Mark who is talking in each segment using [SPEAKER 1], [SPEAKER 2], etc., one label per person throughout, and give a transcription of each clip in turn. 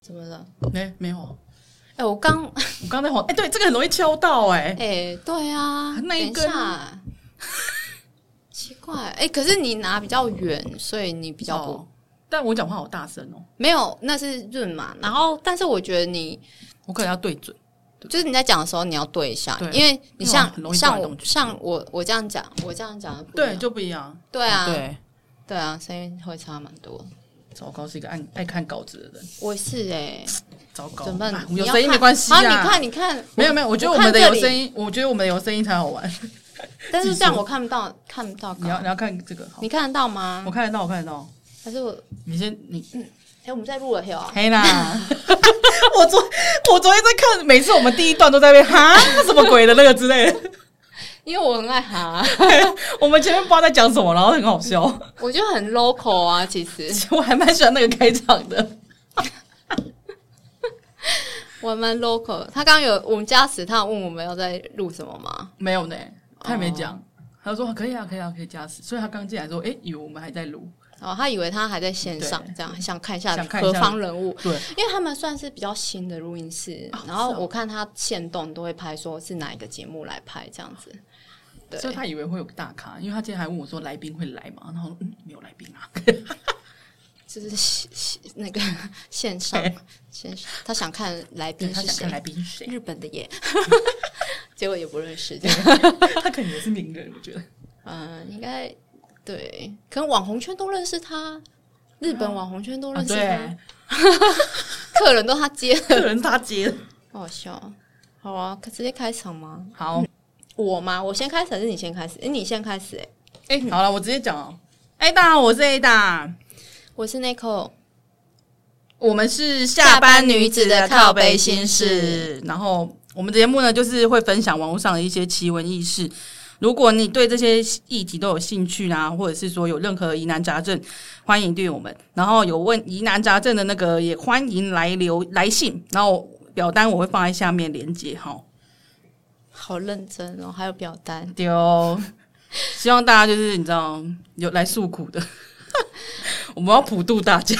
[SPEAKER 1] 怎么了？
[SPEAKER 2] 没没有，
[SPEAKER 1] 哎、我刚
[SPEAKER 2] 我刚才晃，哎、对，这个很容易敲到、哎、
[SPEAKER 1] 哎、对啊，
[SPEAKER 2] 那一
[SPEAKER 1] 等
[SPEAKER 2] 根
[SPEAKER 1] 下奇怪，哎、可是你拿比较远，所以你比较不、
[SPEAKER 2] 哦但我讲话好大声哦、
[SPEAKER 1] 没有，那是润嘛。然后，但是我觉得你
[SPEAKER 2] 我可能要对准，
[SPEAKER 1] 就是你在讲的时候，你要对一下
[SPEAKER 2] 对，
[SPEAKER 1] 因为你像
[SPEAKER 2] 因为我很容易
[SPEAKER 1] 像
[SPEAKER 2] 动来
[SPEAKER 1] 我
[SPEAKER 2] 动去
[SPEAKER 1] 像我我这样讲，我这样讲的不一样
[SPEAKER 2] 对，就不一样。
[SPEAKER 1] 对啊，
[SPEAKER 2] 对，
[SPEAKER 1] 对啊，声音会差蛮多。
[SPEAKER 2] 糟糕，是一个爱爱看稿子的人，
[SPEAKER 1] 我是哎、
[SPEAKER 2] 糟糕，
[SPEAKER 1] 怎么办？
[SPEAKER 2] 啊
[SPEAKER 1] 你
[SPEAKER 2] 有
[SPEAKER 1] 要
[SPEAKER 2] 声音
[SPEAKER 1] 看
[SPEAKER 2] 没关系啊，
[SPEAKER 1] 好，你看，你看，
[SPEAKER 2] 没有没有，我觉得我
[SPEAKER 1] 看
[SPEAKER 2] 们的
[SPEAKER 1] 这
[SPEAKER 2] 有
[SPEAKER 1] 里
[SPEAKER 2] 声，音，我觉得我们的有声音才好玩。
[SPEAKER 1] 但是
[SPEAKER 2] 技
[SPEAKER 1] 这样
[SPEAKER 2] 术
[SPEAKER 1] 我看不到，看不到稿。
[SPEAKER 2] 你要你要 看这个，好
[SPEAKER 1] 你，看得到吗
[SPEAKER 2] 我？看得到，我看得到。
[SPEAKER 1] 还是我？
[SPEAKER 2] 你先你
[SPEAKER 1] 哎、我们在录 了，嘿哦。
[SPEAKER 2] 黑啦！ 我昨我昨天在看，每次我们第一段都在那边哈什么鬼的那个之类的，
[SPEAKER 1] 因为我很爱啊哈，
[SPEAKER 2] 我们前面不知道在讲什么，然后很好笑。
[SPEAKER 1] 我就很 local 啊。其实
[SPEAKER 2] 我还蛮喜欢那个开场的。
[SPEAKER 1] 我还蛮 local 的。他刚刚有我们家时，他有问我们要在录什么吗？
[SPEAKER 2] 没有呢，他也没
[SPEAKER 1] 哦
[SPEAKER 2] 讲。他就说可以啊，可以啊，可以加时。所以他刚进来说，哎、以为我们还在录，
[SPEAKER 1] 然后哦他以为他还在线上，
[SPEAKER 2] 对
[SPEAKER 1] 这样想看一下
[SPEAKER 2] 想看一
[SPEAKER 1] 何
[SPEAKER 2] 下
[SPEAKER 1] 方人物，
[SPEAKER 2] 对，
[SPEAKER 1] 因为他们算是比较新的录音室。
[SPEAKER 2] 哦
[SPEAKER 1] 然后
[SPEAKER 2] 是哦
[SPEAKER 1] 我看他线动都会拍，说是哪一个节目来拍这样子。对，
[SPEAKER 2] 所以他以为会有大咖，因为他今天还问我说来宾会来吗？然后我说嗯，没有来宾啊。
[SPEAKER 1] 就是线线那个 线上
[SPEAKER 2] 对
[SPEAKER 1] 线上，他想看来
[SPEAKER 2] 对
[SPEAKER 1] 宾
[SPEAKER 2] 他
[SPEAKER 1] 是
[SPEAKER 2] 想看来
[SPEAKER 1] 谁，
[SPEAKER 2] 宾是谁，
[SPEAKER 1] 日本的耶， 结果也不认识。这样
[SPEAKER 2] 他可能也是名人，我觉得。
[SPEAKER 1] 嗯，应该对，可能网红圈都认识他，日本网红圈都
[SPEAKER 2] 啊，
[SPEAKER 1] 认识他，
[SPEAKER 2] 对，
[SPEAKER 1] 客人都他接的，
[SPEAKER 2] 客人他接的。
[SPEAKER 1] 好好笑哦。好啊，可直接开场吗？
[SPEAKER 2] 好，
[SPEAKER 1] 我吗？我先开始还是你先开始？哎、你先开始、哎，
[SPEAKER 2] 哎、好了，我直接讲哦。哎，大家好，我是 A 大，
[SPEAKER 1] 我是 Nico，
[SPEAKER 2] 我们是下班女子的靠背心事。然后我们的节目呢，就是会分享网络上的一些奇闻异事。如果你对这些议题都有兴趣啦、或者是说有任何疑难杂症，欢迎对我们。然后有问疑难杂症的那个，也欢迎来留来信。然后表单我会放在下面连接哈。
[SPEAKER 1] 好认真哦，还有表单，
[SPEAKER 2] 丢、希望大家就是你知道有来诉苦的， 我们要普渡大家。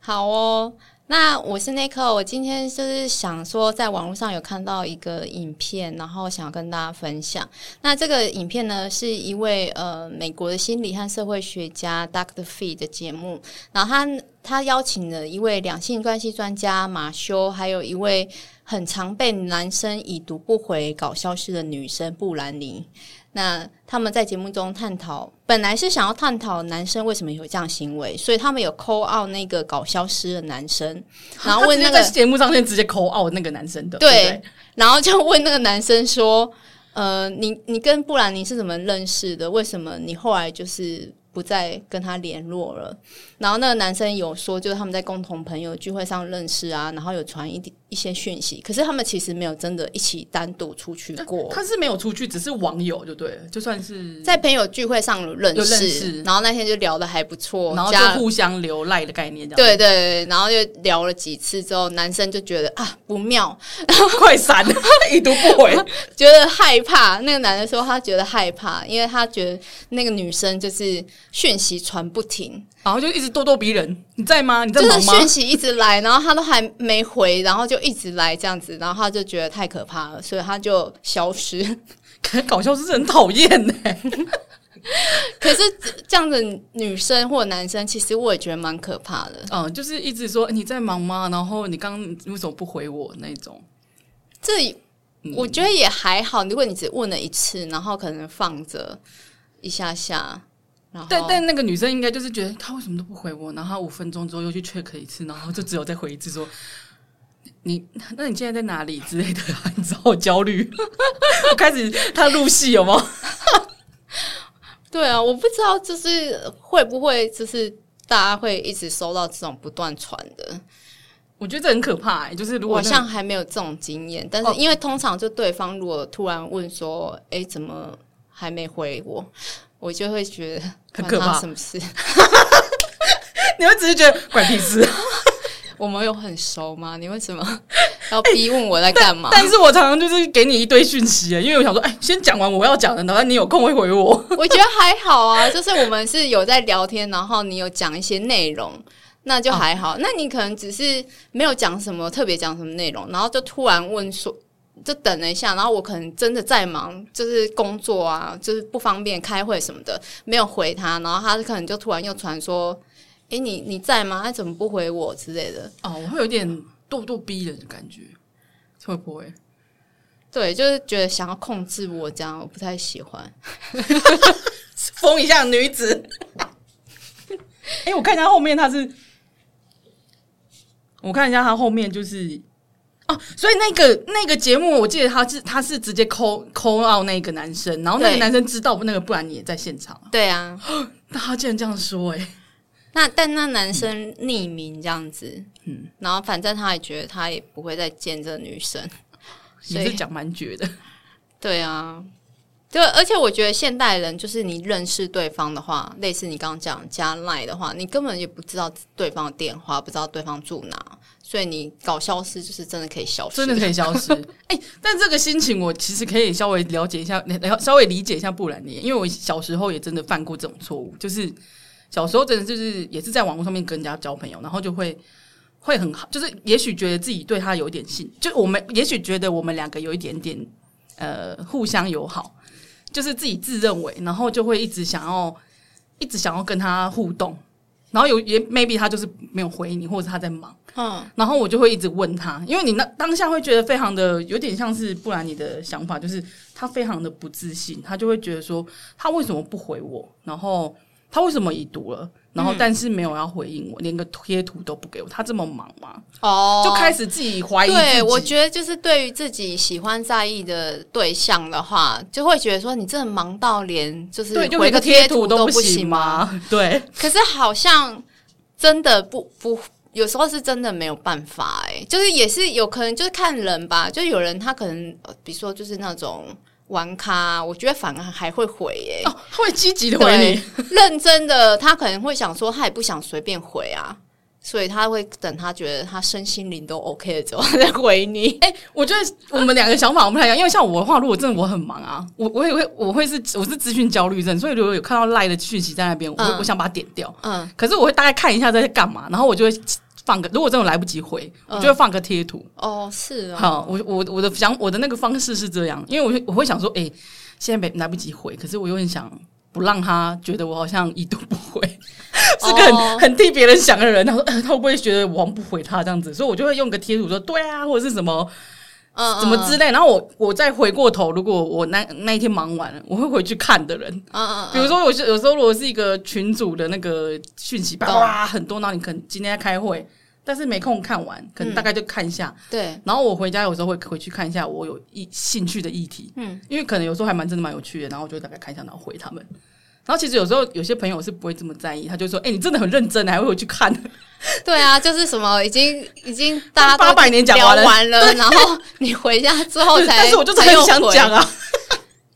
[SPEAKER 1] 好哦。那我是 Nico，我今天就是想说，在网络上有看到一个影片，然后想要跟大家分享。那这个影片呢，是一位呃美国的心理和社会学家 Dr. Fee 的节目，然后他他邀请了一位两性关系专家马修，还有一位很常被男生已读不回搞消失的女生布兰妮。那他们在节目中探讨，本来是想要探讨男生为什么有这样行为，所以他们有 call out 那个搞消失的男 生，然后问那
[SPEAKER 2] 他
[SPEAKER 1] 个
[SPEAKER 2] 直接在节目上面直接扣傲那个男生的，对不
[SPEAKER 1] 对
[SPEAKER 2] 对，
[SPEAKER 1] 然后就问那个男生说：“呃，你你跟布兰妮是怎么认识的？为什么你后来就是不再跟他联络了？”然后那个男生有说，就是他们在共同朋友聚会上认识啊，然后有传一点一些讯息，可是他们其实没有真的一起单独出去过。
[SPEAKER 2] 他是没有出去，只是网友就对了，就算是
[SPEAKER 1] 在朋友聚会上有认
[SPEAKER 2] 有
[SPEAKER 1] 识，
[SPEAKER 2] 认识
[SPEAKER 1] 然后那天就聊的还不错，
[SPEAKER 2] 然后就
[SPEAKER 1] 加
[SPEAKER 2] 互相流赖的概念这样，
[SPEAKER 1] 对对对，然后就聊了几次之后，男生就觉得啊不妙，
[SPEAKER 2] 对，快闪， 已读不回，
[SPEAKER 1] 觉得害怕。那个男的说他觉得害怕，因为他觉得那个女生就是讯息传不停，
[SPEAKER 2] 然后就一直咄咄逼人，你在吗？你在
[SPEAKER 1] 就是
[SPEAKER 2] 忙吗？
[SPEAKER 1] 讯息一直来，然后他都还没回，然后就一直来这样子，然后他就觉得太可怕了，所以他就消失。
[SPEAKER 2] 可 能搞笑是很讨厌呢，
[SPEAKER 1] 可是这样的女生或男生，其实我也觉得蛮可怕的。
[SPEAKER 2] 嗯，就是一直说你在忙吗？然后你刚刚为什么不回我那种？
[SPEAKER 1] 这
[SPEAKER 2] 嗯
[SPEAKER 1] 我觉得也还好，如果你只问了一次，然后可能放着一下下，然后
[SPEAKER 2] 但但那个女生应该就是觉得她为什么都不回我，然后她五分钟之后又去 check 一次，然后就只有再回一次说。你那你现在在哪里之类的、 啊？你知道我焦虑， 我开始她入戏有吗？
[SPEAKER 1] 对啊，我不知道，就是会不会就是大家会一直收到这种不断传的，
[SPEAKER 2] 我觉得这很可怕、欸，就是如果
[SPEAKER 1] 我
[SPEAKER 2] 那哦
[SPEAKER 1] 像还没有这种经验，但是因为通常就对方如果突然问说：“哎、怎么还没回我？”我就会觉得
[SPEAKER 2] 很可怕
[SPEAKER 1] 关他什么事？
[SPEAKER 2] 你会只是觉得管屁 事。
[SPEAKER 1] 我们有很熟吗？你为什么 要逼问我在干嘛？
[SPEAKER 2] 但是我常常就是给你一堆讯息、欸，因为我想说，哎、先讲完我要讲的，然后你有空会回我。
[SPEAKER 1] 我觉得还好啊，就是我们是有在聊天，然后你有讲一些内容，那就还
[SPEAKER 2] 哦
[SPEAKER 1] 好。那你可能只是没有讲什么特别讲什么内容，然后就突然问说，就等了一下，然后我可能真的在忙，就是工作啊，就是不方便开会什么的，没有回他，然后他可能就突然又传说。诶，你你在吗？他哎怎么不回我之类的？
[SPEAKER 2] 哦，我会有点咄咄逼人的感觉，会不会？
[SPEAKER 1] 对，就是觉得想要控制我这样，我不太喜欢。
[SPEAKER 2] 疯一下女子。哎、我看一下后面，他是，我看一下他后面就是，哦、所以那个那个节目，我记得他是他是直接抠抠到那个男生，然后那个
[SPEAKER 1] 对
[SPEAKER 2] 男生知道那个，不然你也在现场啊。
[SPEAKER 1] 对啊，
[SPEAKER 2] 那他竟然这样说、哎，
[SPEAKER 1] 那但那男生匿名这样子，嗯，然后反正他也觉得他也不会再见这女生，所
[SPEAKER 2] 也是
[SPEAKER 1] 以
[SPEAKER 2] 讲蛮绝的。
[SPEAKER 1] 对啊，对，而且我觉得现代人就是你认识对方的话，类似你刚刚讲加赖的话，你根本也不知道对方的电话，不知道对方住哪，所以你搞消失就是真的可以消失，
[SPEAKER 2] 真的可以消 失。哎、但这个心情我其实可以稍微了解一下，了稍微理解一下布兰妮，因为我小时候也真的犯过这种错误，就是小时候真的就是也是在网络上面跟人家交朋友，然后就会。会很好，就是也许觉得自己对他有一点信，就我们也许觉得我们两个有一点点呃互相友好，就是自己自认为，然后就会一直想要一直想要跟他互动，然后有也 maybe 他就是没有回你，或者他在忙，
[SPEAKER 1] 嗯，
[SPEAKER 2] 然后我就会一直问他，因为你那当下会觉得非常的有点像是布兰妮的想法，就是他非常的不自信，他就会觉得说他为什么不回我，然后他为什么已读了，然
[SPEAKER 1] 嗯
[SPEAKER 2] 后但是没有要回应我，连个贴图都不给我，他这么忙吗？
[SPEAKER 1] 哦
[SPEAKER 2] 就开始自己怀疑自己。
[SPEAKER 1] 对，我觉得就是对于自己喜欢在意的对象的话，就会觉得说你真的忙到连就是
[SPEAKER 2] 对，就
[SPEAKER 1] 回
[SPEAKER 2] 连个
[SPEAKER 1] 贴
[SPEAKER 2] 图
[SPEAKER 1] 都
[SPEAKER 2] 不
[SPEAKER 1] 行吗？
[SPEAKER 2] 吗？对，
[SPEAKER 1] 可是好像真的不不，有时候是真的没有办法哎、就是也是有可能就是看人吧，就有人他可能呃比如说就是那种玩咖，我觉得反而还会回哎、
[SPEAKER 2] 哦，他会积极的回
[SPEAKER 1] 对
[SPEAKER 2] 你。，
[SPEAKER 1] 认真的他可能会想说他也不想随便回啊。所以他会等他觉得他身心灵都 OK 了之后他再回你。
[SPEAKER 2] 哎、我觉得我们两个想法不太一样，因为像我的话，如果真的我很忙啊，我我也会我会是我是资讯焦虑症，所以如果有看到赖的讯息在那边，我、会
[SPEAKER 1] 嗯
[SPEAKER 2] 我想把它点掉，
[SPEAKER 1] 嗯，
[SPEAKER 2] 可是我会大概看一下在干嘛，然后我就会放个，如果真的来不及回，
[SPEAKER 1] 嗯
[SPEAKER 2] 我就会放个贴图。
[SPEAKER 1] 哦，是哦，
[SPEAKER 2] 好，我我我的想我的那个方式是这样，因为我会我会想说，哎、现在没来不及回，可是我又很想不让他觉得我好像已读不回， 是个很、
[SPEAKER 1] 哦
[SPEAKER 2] 很替别人想的人。他说、呃他会不会觉得我好像不回他这样子？所以我就会用个贴图说，对啊，或者是什么。
[SPEAKER 1] 嗯，
[SPEAKER 2] 怎么
[SPEAKER 1] 嗯
[SPEAKER 2] 之类。然后我我再回过头，如果我那那一天忙完了，我会回去看的人。
[SPEAKER 1] 嗯嗯，
[SPEAKER 2] 比如说，有时有时候如果是一个群组的那个讯息吧，
[SPEAKER 1] 懂啊
[SPEAKER 2] 哇很多，然后你可能今天在开会，但是没空看完，可能大概就看一下。
[SPEAKER 1] 对，
[SPEAKER 2] 然后我回家有时候会回去看一下我有意兴趣的议题，
[SPEAKER 1] 嗯，
[SPEAKER 2] 因为可能有时候还蛮真的蛮有趣的，然后我就大概看一下，然后回他们。然后其实有时候有些朋友是不会这么在意，他就说：“哎、你真的很认真，还会回去看。
[SPEAKER 1] 对啊，就是什么已经已经大家都
[SPEAKER 2] 800年讲
[SPEAKER 1] 聊
[SPEAKER 2] 完了
[SPEAKER 1] 完了，然后你回家之” 后才，
[SPEAKER 2] 但是我就是
[SPEAKER 1] 才
[SPEAKER 2] 很
[SPEAKER 1] 又
[SPEAKER 2] 想
[SPEAKER 1] 回
[SPEAKER 2] 讲。啊，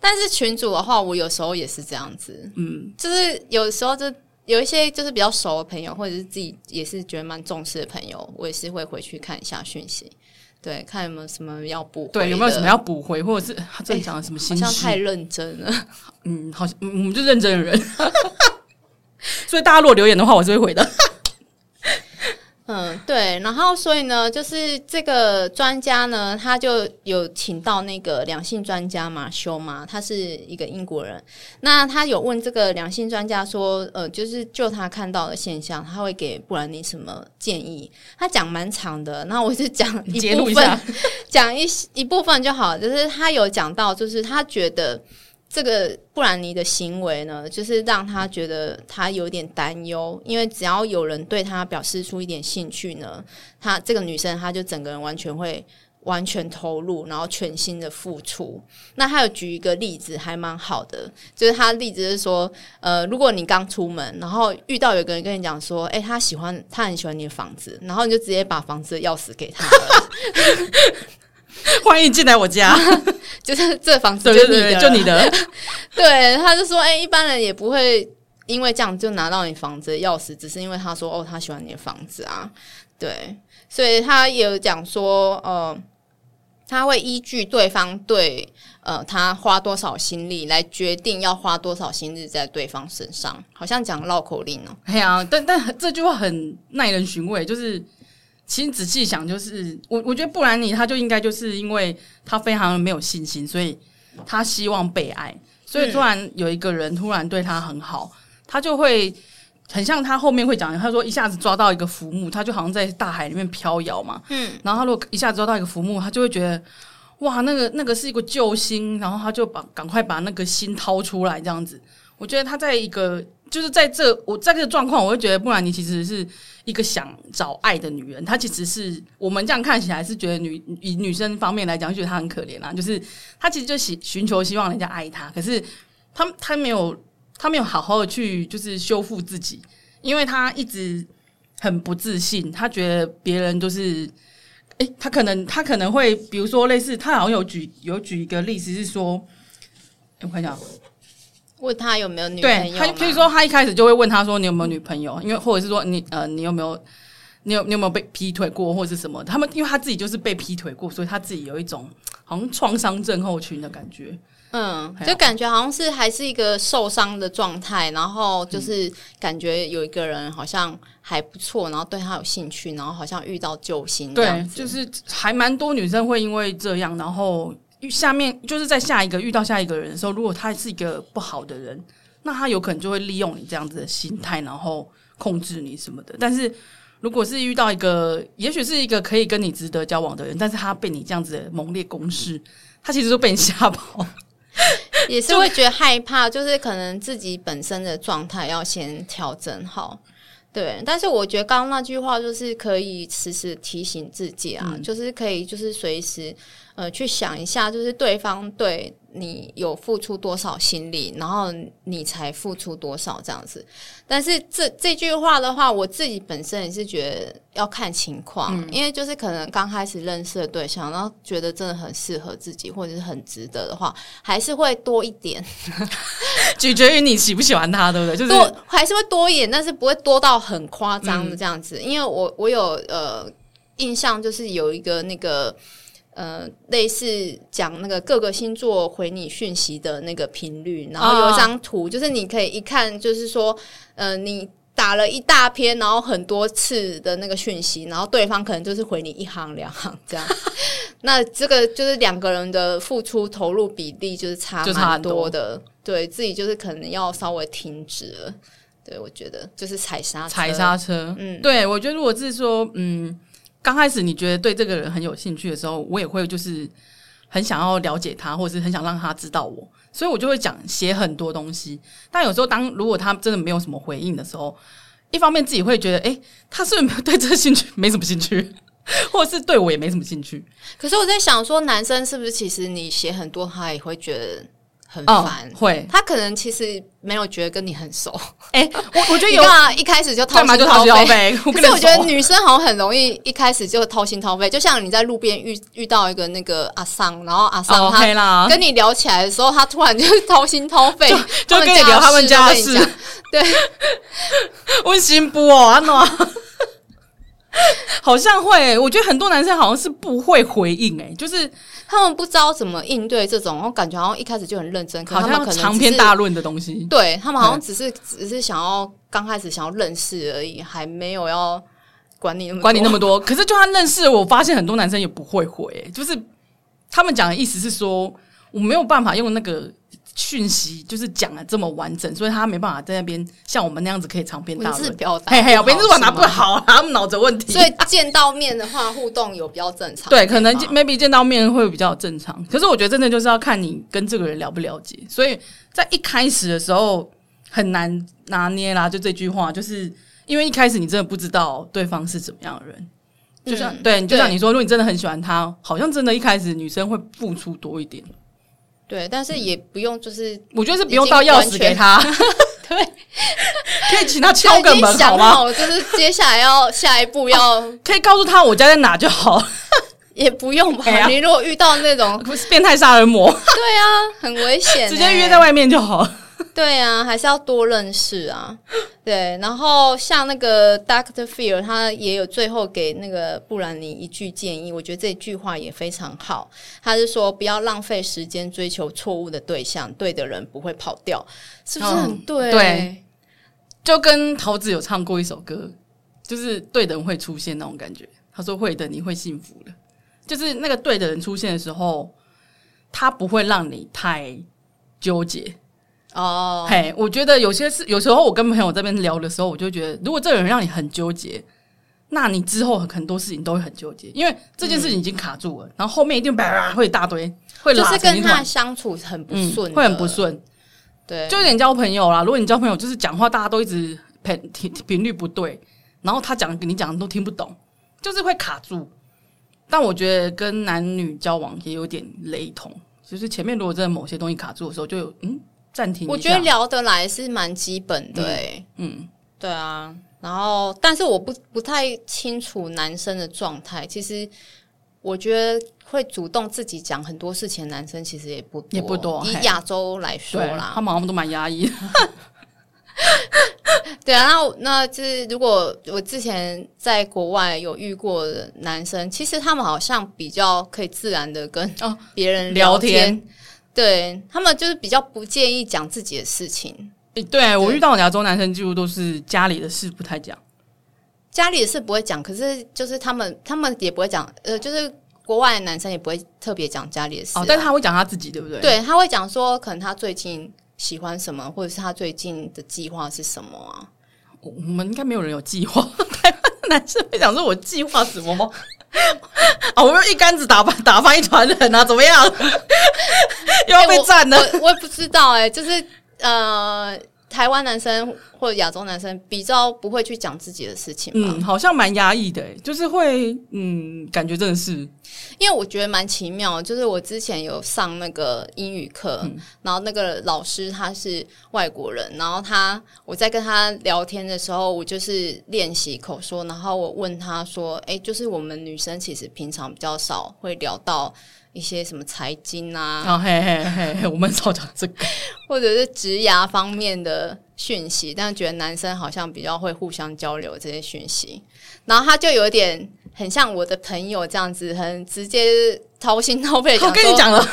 [SPEAKER 1] 但是群主的话，我有时候也是这样子，
[SPEAKER 2] 嗯，
[SPEAKER 1] 就是有时候就有一些就是比较熟的朋友，或者是自己也是觉得蛮重视的朋友，我也是会回去看一下讯息，对，看有没有什么要补，
[SPEAKER 2] 对，有没有什么要补回，或者是他真的讲了什么
[SPEAKER 1] 哎好
[SPEAKER 2] 心事？
[SPEAKER 1] 像太认真了，
[SPEAKER 2] 嗯，好像嗯我们就认真的人， 所以大家如果留言的话，我是会回的。
[SPEAKER 1] 嗯，对，然后所以呢，就是这个专家呢，他就有请到那个两性专家嘛，修嘛，他是一个英国人。那他有问这个两性专家说，呃，就是就他看到的现象，他会给布兰妮什么建议？他讲蛮长的，那我是讲
[SPEAKER 2] 你
[SPEAKER 1] 一
[SPEAKER 2] 揭露
[SPEAKER 1] 部
[SPEAKER 2] 一
[SPEAKER 1] 分
[SPEAKER 2] 下，
[SPEAKER 1] 讲一一部分就好，就是他有讲到，就是他觉得这个布兰妮的行为呢，就是让他觉得他有点担忧，因为只要有人对他表示出一点兴趣呢，他这个女生她就整个人完全会完全投入，然后全心的付出。那他有举一个例子，还蛮好的，就是他例子是说，呃，如果你刚出门，然后遇到有个人跟你讲说，哎、他喜欢，他很喜欢你的房子，然后你就直接把房子的钥匙给他了，
[SPEAKER 2] 欢迎进来我家，
[SPEAKER 1] 就是这房子
[SPEAKER 2] 对
[SPEAKER 1] 就
[SPEAKER 2] 对
[SPEAKER 1] 是你
[SPEAKER 2] 对，
[SPEAKER 1] 的，
[SPEAKER 2] 就你的，
[SPEAKER 1] 对，他就说，哎、一般人也不会因为这样就拿到你房子的钥匙，只是因为他说，哦，他喜欢你的房子啊，对，所以他也有讲说，呃，他会依据对方对呃他花多少心力来决定要花多少心力在对方身上，好像讲绕口令哦、
[SPEAKER 2] 哎呀，但但这句话很耐人寻味，就是其实仔细想，就是我我觉得布兰妮她就应该就是因为她非常没有信心，所以她希望被爱，所以突然有一个人突然对她很好，她就会。很像她后面会讲，她说一下子抓到一个浮木，她就好像在大海里面飘摇嘛。
[SPEAKER 1] 嗯，
[SPEAKER 2] 然后她如果一下子抓到一个浮木，她就会觉得哇，那个那个是一个救星，然后她就把赶快把那个心掏出来，这样子。我觉得她在一个就是在这我在这个状况，我会觉得布兰妮其实是一个想找爱的女人。她其实是我们这样看起来是觉得女以女生方面来讲，就觉得她很可怜啦、就是她其实就希寻求希望人家爱她，可是她她没有她没有好好的去就是修复自己，因为她一直很不自信，她觉得别人都是。诶，她可能她可能会，比如说类似，她好像有举有举一个例子是说，诶我看一下，啊
[SPEAKER 1] 问他有没有女朋
[SPEAKER 2] 对，
[SPEAKER 1] 友
[SPEAKER 2] 他
[SPEAKER 1] 嘛，
[SPEAKER 2] 就譬如说，他一开始就会问他说：“你有没有女朋友？”因为或者是说你呃，你有没有你有你有没有被劈腿过，或者是什么？他们因为他自己就是被劈腿过，所以他自己有一种好像创伤症候群的感觉。
[SPEAKER 1] 嗯，
[SPEAKER 2] 还
[SPEAKER 1] 就
[SPEAKER 2] 好
[SPEAKER 1] 感觉好像是还是一个受伤的状态，然后
[SPEAKER 2] 嗯
[SPEAKER 1] 就是感觉有一个人好像还不错，然后对他有兴趣，然后好像遇到救星这
[SPEAKER 2] 对
[SPEAKER 1] 样，子，
[SPEAKER 2] 就是还蛮多女生会因为这样，然后下面就是在下一个遇到下一个人的时候，如果他是一个不好的人，那他有可能就会利用你这样子的心态，然后控制你什么的。但是如果是遇到一个，也许是一个可以跟你值得交往的人，但是他被你这样子的猛烈攻势，他其实都被你吓跑。
[SPEAKER 1] 也是会觉得害怕，就是可能自己本身的状态要先调整好。对，但是我觉得刚刚那句话就是可以时时提醒自己啊，就是可以就是随时呃去想一下，就是对方对你有付出多少心力，然后你才付出多少这样子。但是这这句话的话，我自己本身也是觉得要看情况，因为就是可能刚开始认识的对象，然后觉得真的很适合自己或者是很值得的话，还是会多一点，
[SPEAKER 2] 取决于你喜不喜欢他，对不对？就是
[SPEAKER 1] 多还是会多一点，但是不会多到很夸张的这样
[SPEAKER 2] 嗯
[SPEAKER 1] 子。因为我我有呃印象，就是有一个那个呃类似讲那个各个星座回你讯息的那个频率，然后有一张图，就是你可以一看，就是说呃你。打了一大篇，然后很多次的那个讯息，然后对方可能就是回你一行两行这样。 那这个就是两个人的付出投入比例就是差
[SPEAKER 2] 就差
[SPEAKER 1] 蛮
[SPEAKER 2] 很多
[SPEAKER 1] 多的，对自己就是可能要稍微停止了。对我觉得就是踩刹啊车，
[SPEAKER 2] 踩刹车。
[SPEAKER 1] 嗯
[SPEAKER 2] 对我觉得如果是说，嗯，刚开始你觉得对这个人很有兴趣的时候，我也会就是很想要了解他，或者是很想让他知道我，所以我就会讲写很多东西。但有时候当如果他真的没有什么回应的时候，一方面自己会觉得，诶，他是不是 对这个兴趣没什么兴趣，或者是对我也没什么兴趣？
[SPEAKER 1] 可是我在想说，男生是不是其实你写很多，他也会觉得很烦。
[SPEAKER 2] 哦会。
[SPEAKER 1] 他可能其实没有觉得跟你很熟，
[SPEAKER 2] 诶，我我觉得
[SPEAKER 1] 你
[SPEAKER 2] 有
[SPEAKER 1] 干嘛一开始就掏
[SPEAKER 2] 干
[SPEAKER 1] 心
[SPEAKER 2] 嘛就掏心掏
[SPEAKER 1] 肺？
[SPEAKER 2] 肺？
[SPEAKER 1] 可
[SPEAKER 2] 跟
[SPEAKER 1] 是
[SPEAKER 2] 你
[SPEAKER 1] 我觉
[SPEAKER 2] 熟
[SPEAKER 1] 得女生好像很容易一开始就掏心掏肺，就像你在路边遇遇到一个那个阿桑，然后阿
[SPEAKER 2] 哦
[SPEAKER 1] 桑他
[SPEAKER 2] ，OK 啦，
[SPEAKER 1] 跟你聊起来的时候，他突然就是 掏心掏肺，
[SPEAKER 2] 就跟你
[SPEAKER 1] 家的
[SPEAKER 2] 聊他们家的
[SPEAKER 1] 都跟你
[SPEAKER 2] 事
[SPEAKER 1] 讲对，
[SPEAKER 2] 温馨不哦，安诺， 好像会、我觉得很多男生好像是不会回应、哎，就是
[SPEAKER 1] 他们不知道怎么应对这种，我感觉好像一开始就很认真，可
[SPEAKER 2] 好
[SPEAKER 1] 是他
[SPEAKER 2] 像
[SPEAKER 1] 们可能
[SPEAKER 2] 长
[SPEAKER 1] 只
[SPEAKER 2] 篇
[SPEAKER 1] 是
[SPEAKER 2] 大论的东西。
[SPEAKER 1] 对他们好像只是只是想要刚开始想要认识而已，还没有要管你那么多
[SPEAKER 2] 管你那么多，可是就他认识我，发现很多男生也不会回、哎就是他们讲的意思是说，我没有办法用那个讯息，就是讲的这么完整，所以他没办法在那边像我们那样子可以长篇
[SPEAKER 1] 文
[SPEAKER 2] 大
[SPEAKER 1] 字
[SPEAKER 2] 论。
[SPEAKER 1] 表达，
[SPEAKER 2] 嘿嘿，文字表达不
[SPEAKER 1] 是吗，
[SPEAKER 2] 好啊，他们脑子有问题。
[SPEAKER 1] 所以见到面的话互动有比较正常，
[SPEAKER 2] 对，可能
[SPEAKER 1] 对吧
[SPEAKER 2] maybe 见到面会比较正常。可是我觉得真的就是要看你跟这个人了不了解，所以在一开始的时候很难拿捏啦。就这句话，就是因为一开始你真的不知道对方是怎么样的人。就像、
[SPEAKER 1] 嗯
[SPEAKER 2] 对，就
[SPEAKER 1] 对
[SPEAKER 2] 像你说，如果你真的很喜欢他，好像真的一开始女生会付出多一点。
[SPEAKER 1] 对，但是也不用就是
[SPEAKER 2] 我觉得是不用到钥匙给他，
[SPEAKER 1] 对，
[SPEAKER 2] 可以请他 敲个
[SPEAKER 1] 就已经
[SPEAKER 2] 门好
[SPEAKER 1] 想
[SPEAKER 2] 吗？哦
[SPEAKER 1] 好了，就是接下来要下一步要、
[SPEAKER 2] 可以告诉他我家在哪就好，
[SPEAKER 1] 也不用吧、
[SPEAKER 2] 哎呀
[SPEAKER 1] 你如果遇到那 种，
[SPEAKER 2] 不 是变态杀人魔，
[SPEAKER 1] 对啊，很危险、欸
[SPEAKER 2] 直接约在。外面就好。
[SPEAKER 1] 对啊，还是要多认识 啊。对，然后像那个 Doctor Fear，他也有最后给那个布兰妮一句建议，我觉得这句话也非常好。他是说不要浪费时间追求错误的对象，对的人不会跑掉，是不是很
[SPEAKER 2] 嗯
[SPEAKER 1] 对？
[SPEAKER 2] 对就跟桃子有唱过一首歌，就是对的人会出现那种感觉。他说会的，你会幸福的。就是那个对的人出现的时候，他不会让你太纠结。
[SPEAKER 1] 哦，
[SPEAKER 2] 嘿，我觉得有些事，有时候我跟朋友这边聊的时候，我就觉得，如果这个人让你很纠结，那你之后很多事情都会很纠结，因为这件事
[SPEAKER 1] 嗯
[SPEAKER 2] 情已经卡住了，然后后面一定叭叭会一大堆，会
[SPEAKER 1] 就
[SPEAKER 2] 拉
[SPEAKER 1] 是
[SPEAKER 2] 成
[SPEAKER 1] 跟
[SPEAKER 2] 一
[SPEAKER 1] 他
[SPEAKER 2] 团，
[SPEAKER 1] 相处很不
[SPEAKER 2] 嗯
[SPEAKER 1] 顺、，
[SPEAKER 2] 会很不。顺。
[SPEAKER 1] 对，
[SPEAKER 2] 就有点交朋友啦。如果你交朋友，就是讲话大家都一直频频频率不对，然后他讲你讲的都听不懂，就是会卡住。但我觉得跟男女交往也有点雷同，就是前面如果真的某些东西卡住的时候，就有嗯暂停一下。
[SPEAKER 1] 我觉得聊得来是蛮基本的、欸，
[SPEAKER 2] 嗯，
[SPEAKER 1] 对啊，然后但是我不不太清楚男生的状态。其实我觉得会主动自己讲很多事情，的男生其实也不多
[SPEAKER 2] 也不多
[SPEAKER 1] 以
[SPEAKER 2] 嘿
[SPEAKER 1] 亚洲来说
[SPEAKER 2] 对，
[SPEAKER 1] 啦
[SPEAKER 2] 他，们好像都蛮压抑的。
[SPEAKER 1] 对啊。那我那就是如果我之前在国外有遇过的男生，其实他们好像比较可以自然的跟
[SPEAKER 2] 哦
[SPEAKER 1] 别人
[SPEAKER 2] 聊
[SPEAKER 1] 天，
[SPEAKER 2] 天
[SPEAKER 1] 对他们就是比较不介意讲自己的事情。
[SPEAKER 2] 诶对我遇到的 亚洲男生几乎都是家里的事不太讲，
[SPEAKER 1] 家里是不会讲，可是就是他们他们也不会讲，呃，就是国外的男生也不会特别讲家里的事啊、
[SPEAKER 2] 哦，但是他会讲他自己，对不对？，
[SPEAKER 1] 对他会讲说，可能他最近喜欢什么，或者是他最近的计划是什么啊？
[SPEAKER 2] 我我们应该没有人有计划。 台湾的男生会想说我计划什么 吗？啊，我们一竿子打翻打翻一团人啊，怎么样？ 又要被占了。
[SPEAKER 1] 欸我我我也不知道哎、就是呃，台湾男生或者亚洲男生比较不会去讲自己的事情吧，
[SPEAKER 2] 嗯，好像蛮压抑的、欸，就是会，嗯，感觉真的是，
[SPEAKER 1] 因为我觉得蛮奇妙，就是我之前有上那个英语课，
[SPEAKER 2] 嗯
[SPEAKER 1] 然后那个老师他是外国人，然后他我在跟他聊天的时候，我就是练习口说，然后我问他说：“哎，就是我们女生其实平常比较少会聊到一些什么财经啊，
[SPEAKER 2] 啊，嘿嘿嘿嘿，我们少讲这个，
[SPEAKER 1] 或者是职涯方面的讯息，但觉得男生好像比较会互相交流这些讯息。然后他就有点很像我的朋友这样子，很直接掏心掏肺地
[SPEAKER 2] 我
[SPEAKER 1] 讲。
[SPEAKER 2] 跟你，讲了，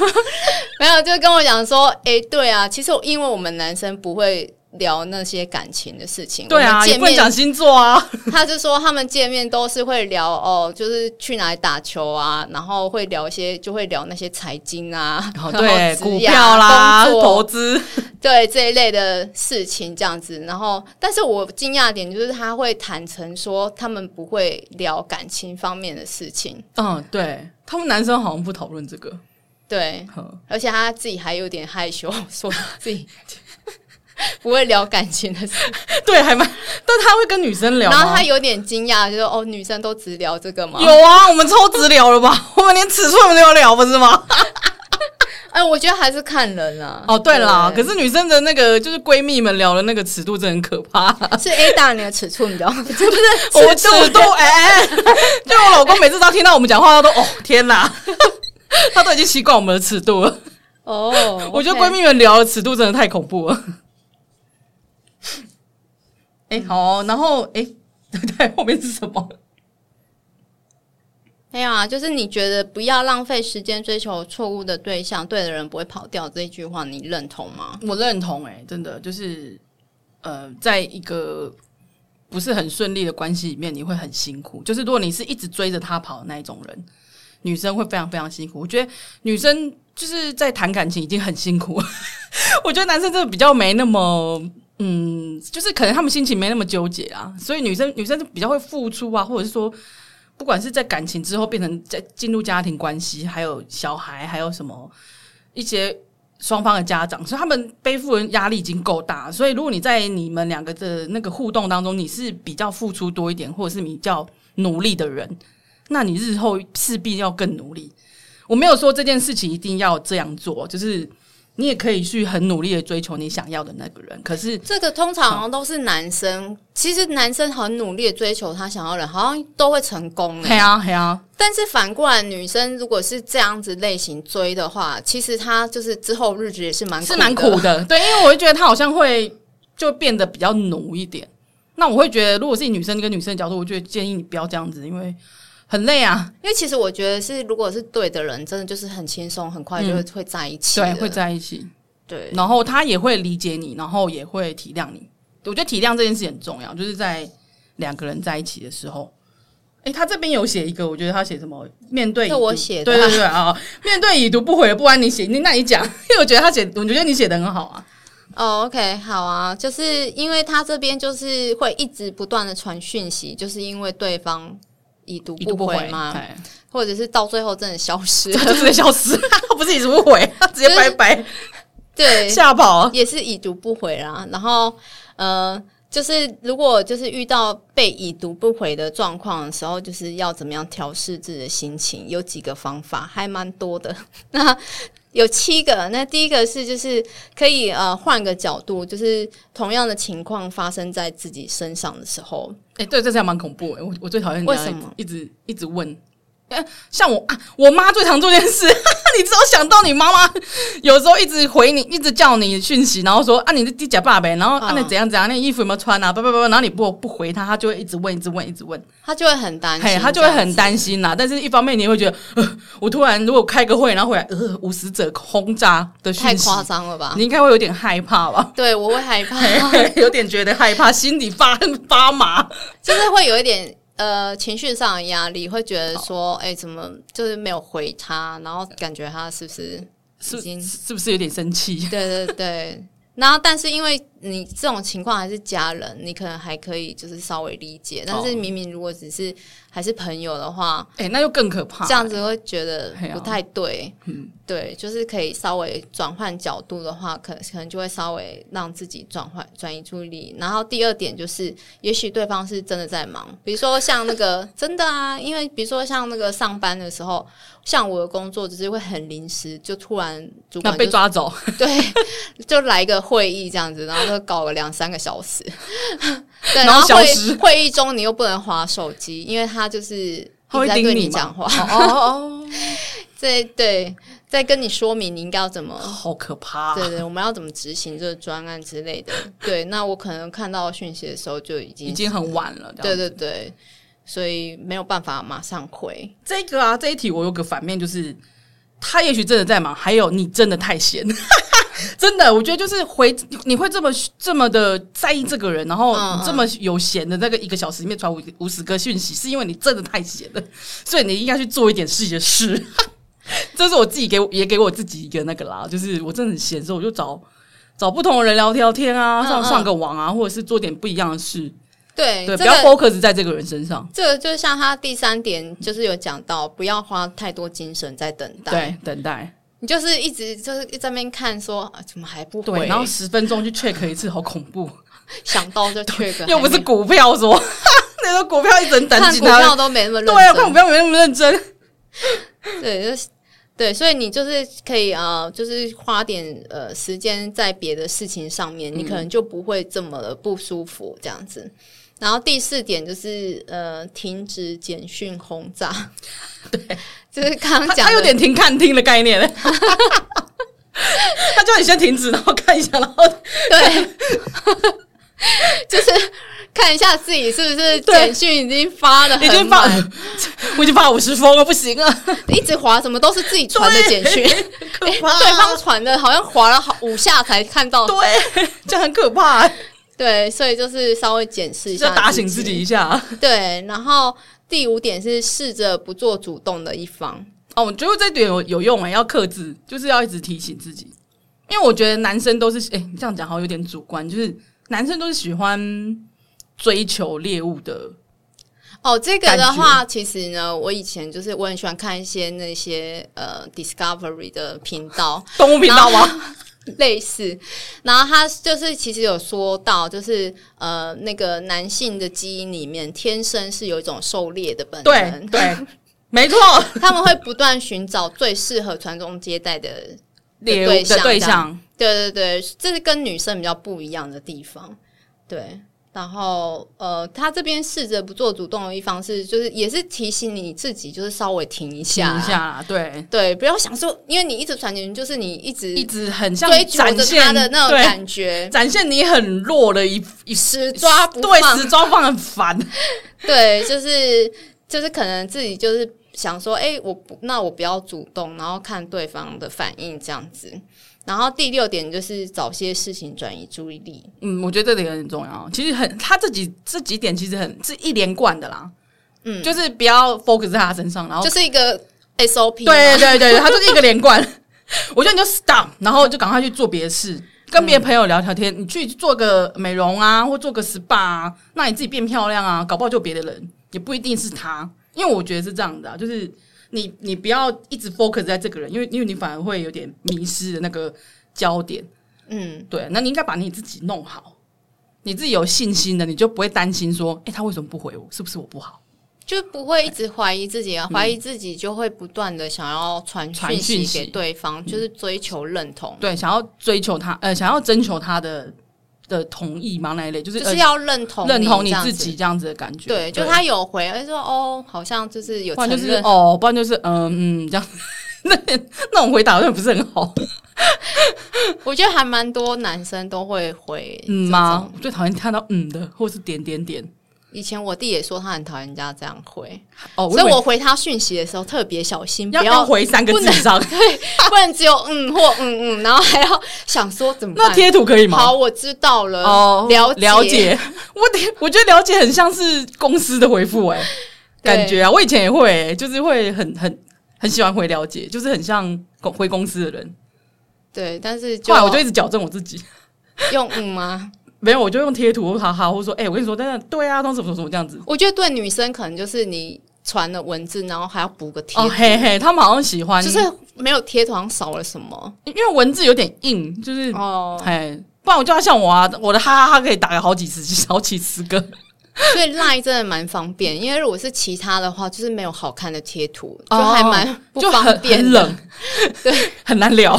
[SPEAKER 1] 没有，就跟我讲说，诶，对啊，其实我因为我们男生不会。聊那些感情的事情，
[SPEAKER 2] 对
[SPEAKER 1] 我
[SPEAKER 2] 啊，
[SPEAKER 1] 们
[SPEAKER 2] 也
[SPEAKER 1] 见
[SPEAKER 2] 不能讲
[SPEAKER 1] 面
[SPEAKER 2] 星座啊，
[SPEAKER 1] 他就说他们见面都是会聊哦，就是去哪里打球啊，然后会聊一些，就会聊那些财经啊， 然后
[SPEAKER 2] 哦对，
[SPEAKER 1] 职
[SPEAKER 2] 股
[SPEAKER 1] 业啊
[SPEAKER 2] 票啦，
[SPEAKER 1] 工作
[SPEAKER 2] 投资，
[SPEAKER 1] 对这一类的事情这样子，然后，但是我惊讶的点就是他会坦诚说他们不会聊感情方面的事情，
[SPEAKER 2] 嗯，对他们男生好像不讨论这个，
[SPEAKER 1] 对，
[SPEAKER 2] 嗯
[SPEAKER 1] 而且他自己还有点害羞，说自 己不会聊感情的事，
[SPEAKER 2] 对，还蛮，但他会跟女生聊
[SPEAKER 1] 然
[SPEAKER 2] 吗，
[SPEAKER 1] 后他有点惊讶，就说：“哦，女生都只聊这个吗？”，
[SPEAKER 2] 有啊，我们超直聊了吧？ 我们连尺寸都有聊，不是吗？
[SPEAKER 1] 哎、我觉得还是看人啊。
[SPEAKER 2] 哦，对啦，可是女生的那个就是闺蜜们聊的那个尺度真的很可怕。
[SPEAKER 1] 是 A 大你的尺寸比较， 不是
[SPEAKER 2] 我尺度哎， 哎就我老公每次都听到我们讲话，他都哦天哪， 他都已经习惯我们的尺度了。
[SPEAKER 1] 哦，
[SPEAKER 2] 我觉得
[SPEAKER 1] OK
[SPEAKER 2] 闺蜜们聊的尺度真的太恐怖了。哎、好哦、然后哎， 对，后面是什么？
[SPEAKER 1] 没有啊，就是你觉得不要浪费时间追求错误的对象，对的人不会跑掉这一句话，你认同吗？
[SPEAKER 2] 我认同、哎，真的就是，呃，在一个不是很顺利的关系里面，你会很辛苦。就是如果你是一直追着他跑的那一种人，女生会非常非常辛苦。我觉得女生就是在谈感情已经很辛苦， 我觉得男生真的比较没那么。嗯，就是可能他们心情没那么纠结啊，所以女生女生就比较会付出啊，或者是说，不管是在感情之后变成在进入家庭关系，还有小孩，还有什么一些双方的家长，所以他们背负的压力已经够大。所以如果你在你们两个的那个互动当中，你是比较付出多一点，或者是比较努力的人，那你日后势必要更努力。我没有说这件事情一定要这样做，就是你也可以去很努力的追求你想要的那个人。可是
[SPEAKER 1] 这个通常好像都是男生，其实男生很努力的追求他想要的人，好像都会成功欸。
[SPEAKER 2] 嘿啊嘿啊，
[SPEAKER 1] 但是反过来，女生如果是这样子类型追的话，其实她就是之后日子也是蛮
[SPEAKER 2] 是蛮苦
[SPEAKER 1] 的。
[SPEAKER 2] 的，对，因为我会觉得他好像会就变得比较奴一点。那我会觉得，如果是以女生跟女生的角度，我就建议你不要这样子，因为很累啊，
[SPEAKER 1] 因为其实我觉得是，如果是对的人，真的就是很轻松，很快就会
[SPEAKER 2] 嗯
[SPEAKER 1] 会在一起了、
[SPEAKER 2] 对，会在一起，
[SPEAKER 1] 对。
[SPEAKER 2] 然后他也会理解你，然后也会体谅你。我觉得体谅这件事很重要，就是在两个人在一起的时候。诶，他这边有写一个，我觉得他写什么？面对已
[SPEAKER 1] 这
[SPEAKER 2] 读
[SPEAKER 1] 我写的
[SPEAKER 2] 对对对啊、哦面对已读不回的不安，你写，你那你讲， 因为我觉得他写，我觉得你写的很好啊。
[SPEAKER 1] 哦、o k 好啊，就是因为他这边就是会一直不断的传讯息，就是因为对方已读
[SPEAKER 2] 已读不
[SPEAKER 1] 回嘛，
[SPEAKER 2] 哎
[SPEAKER 1] 或者是到最后真的消失
[SPEAKER 2] 他
[SPEAKER 1] 了，
[SPEAKER 2] 就直接消失，他不是已读不回，他直接拜拜，
[SPEAKER 1] 对，
[SPEAKER 2] 吓跑。
[SPEAKER 1] 也是已读不回啦。然后，呃，就是如果就是遇到被已读不回的状况的时候，就是要怎么样调试自己的心情？有几个方法，还蛮多的。 那有七个。那第一个是就是可以呃换个角度，就是同样的情况发生在自己身上的时候，
[SPEAKER 2] 哎、对，这是还蛮恐怖哎、我我最讨厌人
[SPEAKER 1] 为
[SPEAKER 2] 家
[SPEAKER 1] 什
[SPEAKER 2] 一直
[SPEAKER 1] 么
[SPEAKER 2] 一直一直问。哎像我啊，我妈最常做这件事。 你只有想到你妈妈有时候一直回你，一直叫你讯息，然后说啊，你的地假爸呗，然后啊
[SPEAKER 1] 嗯
[SPEAKER 2] 你怎样怎样，那衣服有没有穿啊？叭叭叭叭，然后你不不回她，她就会一直问，一直问，一直问。
[SPEAKER 1] 他就会很担
[SPEAKER 2] 嘿，
[SPEAKER 1] 心，
[SPEAKER 2] 他就会很担心啦。但是一方面你会觉得，呃，我突然如果开个会，然后回来，呃，五十者轰炸的
[SPEAKER 1] 这样
[SPEAKER 2] 讯
[SPEAKER 1] 子，太
[SPEAKER 2] 息，
[SPEAKER 1] 夸张了吧
[SPEAKER 2] 你？应该会有点害怕吧？
[SPEAKER 1] 对，我会害 怕。
[SPEAKER 2] 有点觉得害怕，心里发发麻。
[SPEAKER 1] 就是会有一点呃情绪上的压力，会觉得说，哎、怎么就是没有回他，然后感觉他是不是
[SPEAKER 2] 是
[SPEAKER 1] 已经
[SPEAKER 2] 是不是有点生气？
[SPEAKER 1] 对对对。然后，但是因为你这种情况还是家人，你可能还可以就是稍微理解。但是明明如果只是还是朋友的话，
[SPEAKER 2] 哎、那又更可怕。
[SPEAKER 1] 这样子会觉得
[SPEAKER 2] 嘿啊
[SPEAKER 1] 不太对。
[SPEAKER 2] 嗯
[SPEAKER 1] 对，就是可以稍微转换角度的话，可可能就会稍微让自己转换转移注意力。然后第二点就是，也许对方是真的在忙，比如说像那个 真的啊，因为比如说像那个上班的时候，像我的工作就是会很临时，就突然主
[SPEAKER 2] 那
[SPEAKER 1] 管
[SPEAKER 2] 被
[SPEAKER 1] 就
[SPEAKER 2] 抓走，
[SPEAKER 1] 对， 就来一个会议这样子，然后就搞了两三个小时， 对，
[SPEAKER 2] 然后消
[SPEAKER 1] 会
[SPEAKER 2] 失
[SPEAKER 1] 会议中你又不能划手机，因为他就是。
[SPEAKER 2] 他会
[SPEAKER 1] 一直在
[SPEAKER 2] 盯
[SPEAKER 1] 对
[SPEAKER 2] 你
[SPEAKER 1] 你
[SPEAKER 2] 吗
[SPEAKER 1] 讲话，
[SPEAKER 2] 哦哦
[SPEAKER 1] 在对，在跟你说明你应该要怎么
[SPEAKER 2] 哦， 好可怕、
[SPEAKER 1] 对对，我们要怎么执行这个专案之类的。对，那我可能看到讯息的时候就已经
[SPEAKER 2] 已经很晚了。这
[SPEAKER 1] 对
[SPEAKER 2] 样
[SPEAKER 1] 对对，所以没有办法马上回。
[SPEAKER 2] 这个啊，这一题我有个反面就是，他也许真的在忙，还有你真的太闲。 真的，我觉得就是回你会这么这么的在意这个人，然后
[SPEAKER 1] 嗯嗯
[SPEAKER 2] 你这么有闲的那个一个小时里面传五五十个讯息，是因为你真的太闲了， 所以你应该去做一点自己的事。 这是我自己给我也给我自己一个那个啦，就是我真的很闲，所以我就找找不同的人聊聊天啊，
[SPEAKER 1] 嗯
[SPEAKER 2] 上
[SPEAKER 1] 嗯
[SPEAKER 2] 上个网啊，或者是做点不一样的事，
[SPEAKER 1] 对，
[SPEAKER 2] 对，
[SPEAKER 1] 哎这
[SPEAKER 2] 不要
[SPEAKER 1] 个
[SPEAKER 2] focus 在这个人身上。
[SPEAKER 1] 这个就像他第三点，就是有讲到不要花太多精神在等待，
[SPEAKER 2] 对，等待。
[SPEAKER 1] 你就是一直就是一直在那边看说、啊、怎么还不回，
[SPEAKER 2] 对，然后十分钟去 check 一次，好恐怖！
[SPEAKER 1] 想到 就缺个，
[SPEAKER 2] 又不是股票说， 那时候股票一整等
[SPEAKER 1] 看
[SPEAKER 2] 级
[SPEAKER 1] 股
[SPEAKER 2] 他
[SPEAKER 1] 票都没那么认
[SPEAKER 2] 对啊，
[SPEAKER 1] 真
[SPEAKER 2] 看股票没那么认真。
[SPEAKER 1] 对，就是对，所以你就是可以呃，就是花点呃时间在别的事情上面，
[SPEAKER 2] 嗯
[SPEAKER 1] 你可能就不会这么的不舒服这样子。然后第四点就是呃，停止简讯轰 炸。对，就是刚
[SPEAKER 2] 他
[SPEAKER 1] 刚讲
[SPEAKER 2] 他
[SPEAKER 1] 的
[SPEAKER 2] 有点停看听的概念， 他叫你先停止，然后看一下，然后
[SPEAKER 1] 对， 就是看一下自己是不是
[SPEAKER 2] 对
[SPEAKER 1] 简讯已经发的
[SPEAKER 2] 已经发， 我已经发五十封了，不行啊，
[SPEAKER 1] 一直划什么都是自己传的
[SPEAKER 2] 对
[SPEAKER 1] 简 讯，哎
[SPEAKER 2] 可
[SPEAKER 1] 对
[SPEAKER 2] 怕，啊
[SPEAKER 1] 方传的好像划了好五下才看到，
[SPEAKER 2] 对，这样很可怕，
[SPEAKER 1] 对，所以就是稍微检视一下，
[SPEAKER 2] 要打醒自己一。下。
[SPEAKER 1] 对，然后第五点是试着不做主动的一方。
[SPEAKER 2] 哦，我觉得这点有有用哎、要克制，就是要一直提醒自己，因为我觉得男生都是哎、你这样讲好像有点主观，就是男生都是喜欢追求猎物的，
[SPEAKER 1] 哦，这个的话，其实呢，我以前就是我很喜欢看一些那些呃 Discovery 的频道，
[SPEAKER 2] 动物频道吗？
[SPEAKER 1] 类似，然后他就是其实有说到，就是呃，那个男性的基因里面天生是有一种狩猎的本
[SPEAKER 2] 对
[SPEAKER 1] 能，
[SPEAKER 2] 对，没 错，
[SPEAKER 1] 他们会不断寻找最适合传宗接代 的
[SPEAKER 2] 猎
[SPEAKER 1] 对
[SPEAKER 2] 物的
[SPEAKER 1] 象
[SPEAKER 2] 对
[SPEAKER 1] 这样
[SPEAKER 2] 象，
[SPEAKER 1] 对对对，这是跟女生比较不一样的地方。对，然后呃，他这边试着不做主动的一方是，就是也是提醒你自己，就是稍微停一下，啊
[SPEAKER 2] 停一下。啦，对，
[SPEAKER 1] 对，不要想说，因为你一直传情，就是你一直
[SPEAKER 2] 一直很像
[SPEAKER 1] 追求
[SPEAKER 2] 展
[SPEAKER 1] 着
[SPEAKER 2] 现
[SPEAKER 1] 他的那种
[SPEAKER 2] 对
[SPEAKER 1] 感觉，
[SPEAKER 2] 展现你很弱的一一
[SPEAKER 1] 死抓不
[SPEAKER 2] 对，
[SPEAKER 1] 放
[SPEAKER 2] 死。抓放很烦，
[SPEAKER 1] 对，就是就是可能自己就是想说，哎、我不那我不要主动，然后看对方的反应这样子。然后第六点就是找些事情转移注意力，
[SPEAKER 2] 嗯，我觉得这点很重要。其实很，他这几这几点其实很是一连贯的啦，
[SPEAKER 1] 嗯，就
[SPEAKER 2] 就是不要 focus 在他身上，然后
[SPEAKER 1] 就是一个 SOP 嘛。
[SPEAKER 2] 对对对对，他就是一个连贯。 我觉得你就 stop，然后就赶快去做别的事，跟别的朋友聊聊天，你去做个美容啊，或做个 SPA 啊，那你自己变漂亮啊，搞不好就别的人，也不一定是他。因为我觉得是这样的、啊，就是你你不要一直 focus 在这个人，因为因为你反而会有点迷失的那个焦点。
[SPEAKER 1] 嗯，
[SPEAKER 2] 对，那你应该把你自己弄好，你自己有信心的，你就不会担心说，哎、他为什么不回我？是不是我不好？
[SPEAKER 1] 就不会一直怀疑自己啊，怀疑自己就会不断的想要传
[SPEAKER 2] 传
[SPEAKER 1] 息
[SPEAKER 2] 讯息
[SPEAKER 1] 给对方，就是追求认同，
[SPEAKER 2] 对，想要追求他，呃，想要征求他的的同意吗？那一类就是
[SPEAKER 1] 就
[SPEAKER 2] 呃
[SPEAKER 1] 是要认同
[SPEAKER 2] 认同
[SPEAKER 1] 你
[SPEAKER 2] 你
[SPEAKER 1] 这样
[SPEAKER 2] 自
[SPEAKER 1] 子
[SPEAKER 2] 己。这样子的感觉。
[SPEAKER 1] 对，就他，有回，他说哦，好像就是有
[SPEAKER 2] 不然
[SPEAKER 1] 承
[SPEAKER 2] 就
[SPEAKER 1] 认，
[SPEAKER 2] 是哦，不然就是嗯嗯这样， 那那种回答好像不是很好，
[SPEAKER 1] 我觉得还蛮多男生都会回
[SPEAKER 2] 嗯
[SPEAKER 1] 这
[SPEAKER 2] 吗
[SPEAKER 1] 种？
[SPEAKER 2] 我最讨厌看到嗯的，或是点点点。
[SPEAKER 1] 以前我弟也说他很讨厌人家这样回，
[SPEAKER 2] 哦，
[SPEAKER 1] 所以
[SPEAKER 2] 以为
[SPEAKER 1] 我回他讯息的时候特别小心，不
[SPEAKER 2] 要要回三个
[SPEAKER 1] 不
[SPEAKER 2] 字
[SPEAKER 1] 能
[SPEAKER 2] 以 上，
[SPEAKER 1] 不能只有嗯或嗯嗯，然后还要想说怎么办。
[SPEAKER 2] 那贴图可以吗？
[SPEAKER 1] 好，我知道了，
[SPEAKER 2] 哦，
[SPEAKER 1] 了
[SPEAKER 2] 了解。我得我觉得了解很像是公司的回复哎、
[SPEAKER 1] 对
[SPEAKER 2] 感觉啊，我以前也会、就是会很很很喜欢回了解，就是很像公回公司的人。
[SPEAKER 1] 对，但是就
[SPEAKER 2] 后来我就一直矫正我自己，
[SPEAKER 1] 用嗯吗？
[SPEAKER 2] 没有，我就用贴图哈哈，或者说哎、我跟你说，真的对啊，当时什么什么这样子。
[SPEAKER 1] 我觉得对女生可能就是你传了文字，然后还要补个贴
[SPEAKER 2] 哦，嘿嘿，他们好像喜欢，
[SPEAKER 1] 就是没有贴图好像少了什么
[SPEAKER 2] 因为文字有点硬，就是
[SPEAKER 1] 哦，
[SPEAKER 2] 哎、不然我叫他像我啊，我的哈哈哈可以打个好几十、 好几十个。
[SPEAKER 1] 所以 Line 真的蛮方便，因为如果是其他的话，就是没有好看的贴图，就
[SPEAKER 2] 哦
[SPEAKER 1] 还蛮不
[SPEAKER 2] 就
[SPEAKER 1] 方
[SPEAKER 2] 很
[SPEAKER 1] 便
[SPEAKER 2] 很
[SPEAKER 1] 的
[SPEAKER 2] 冷，
[SPEAKER 1] 对，
[SPEAKER 2] 很难聊。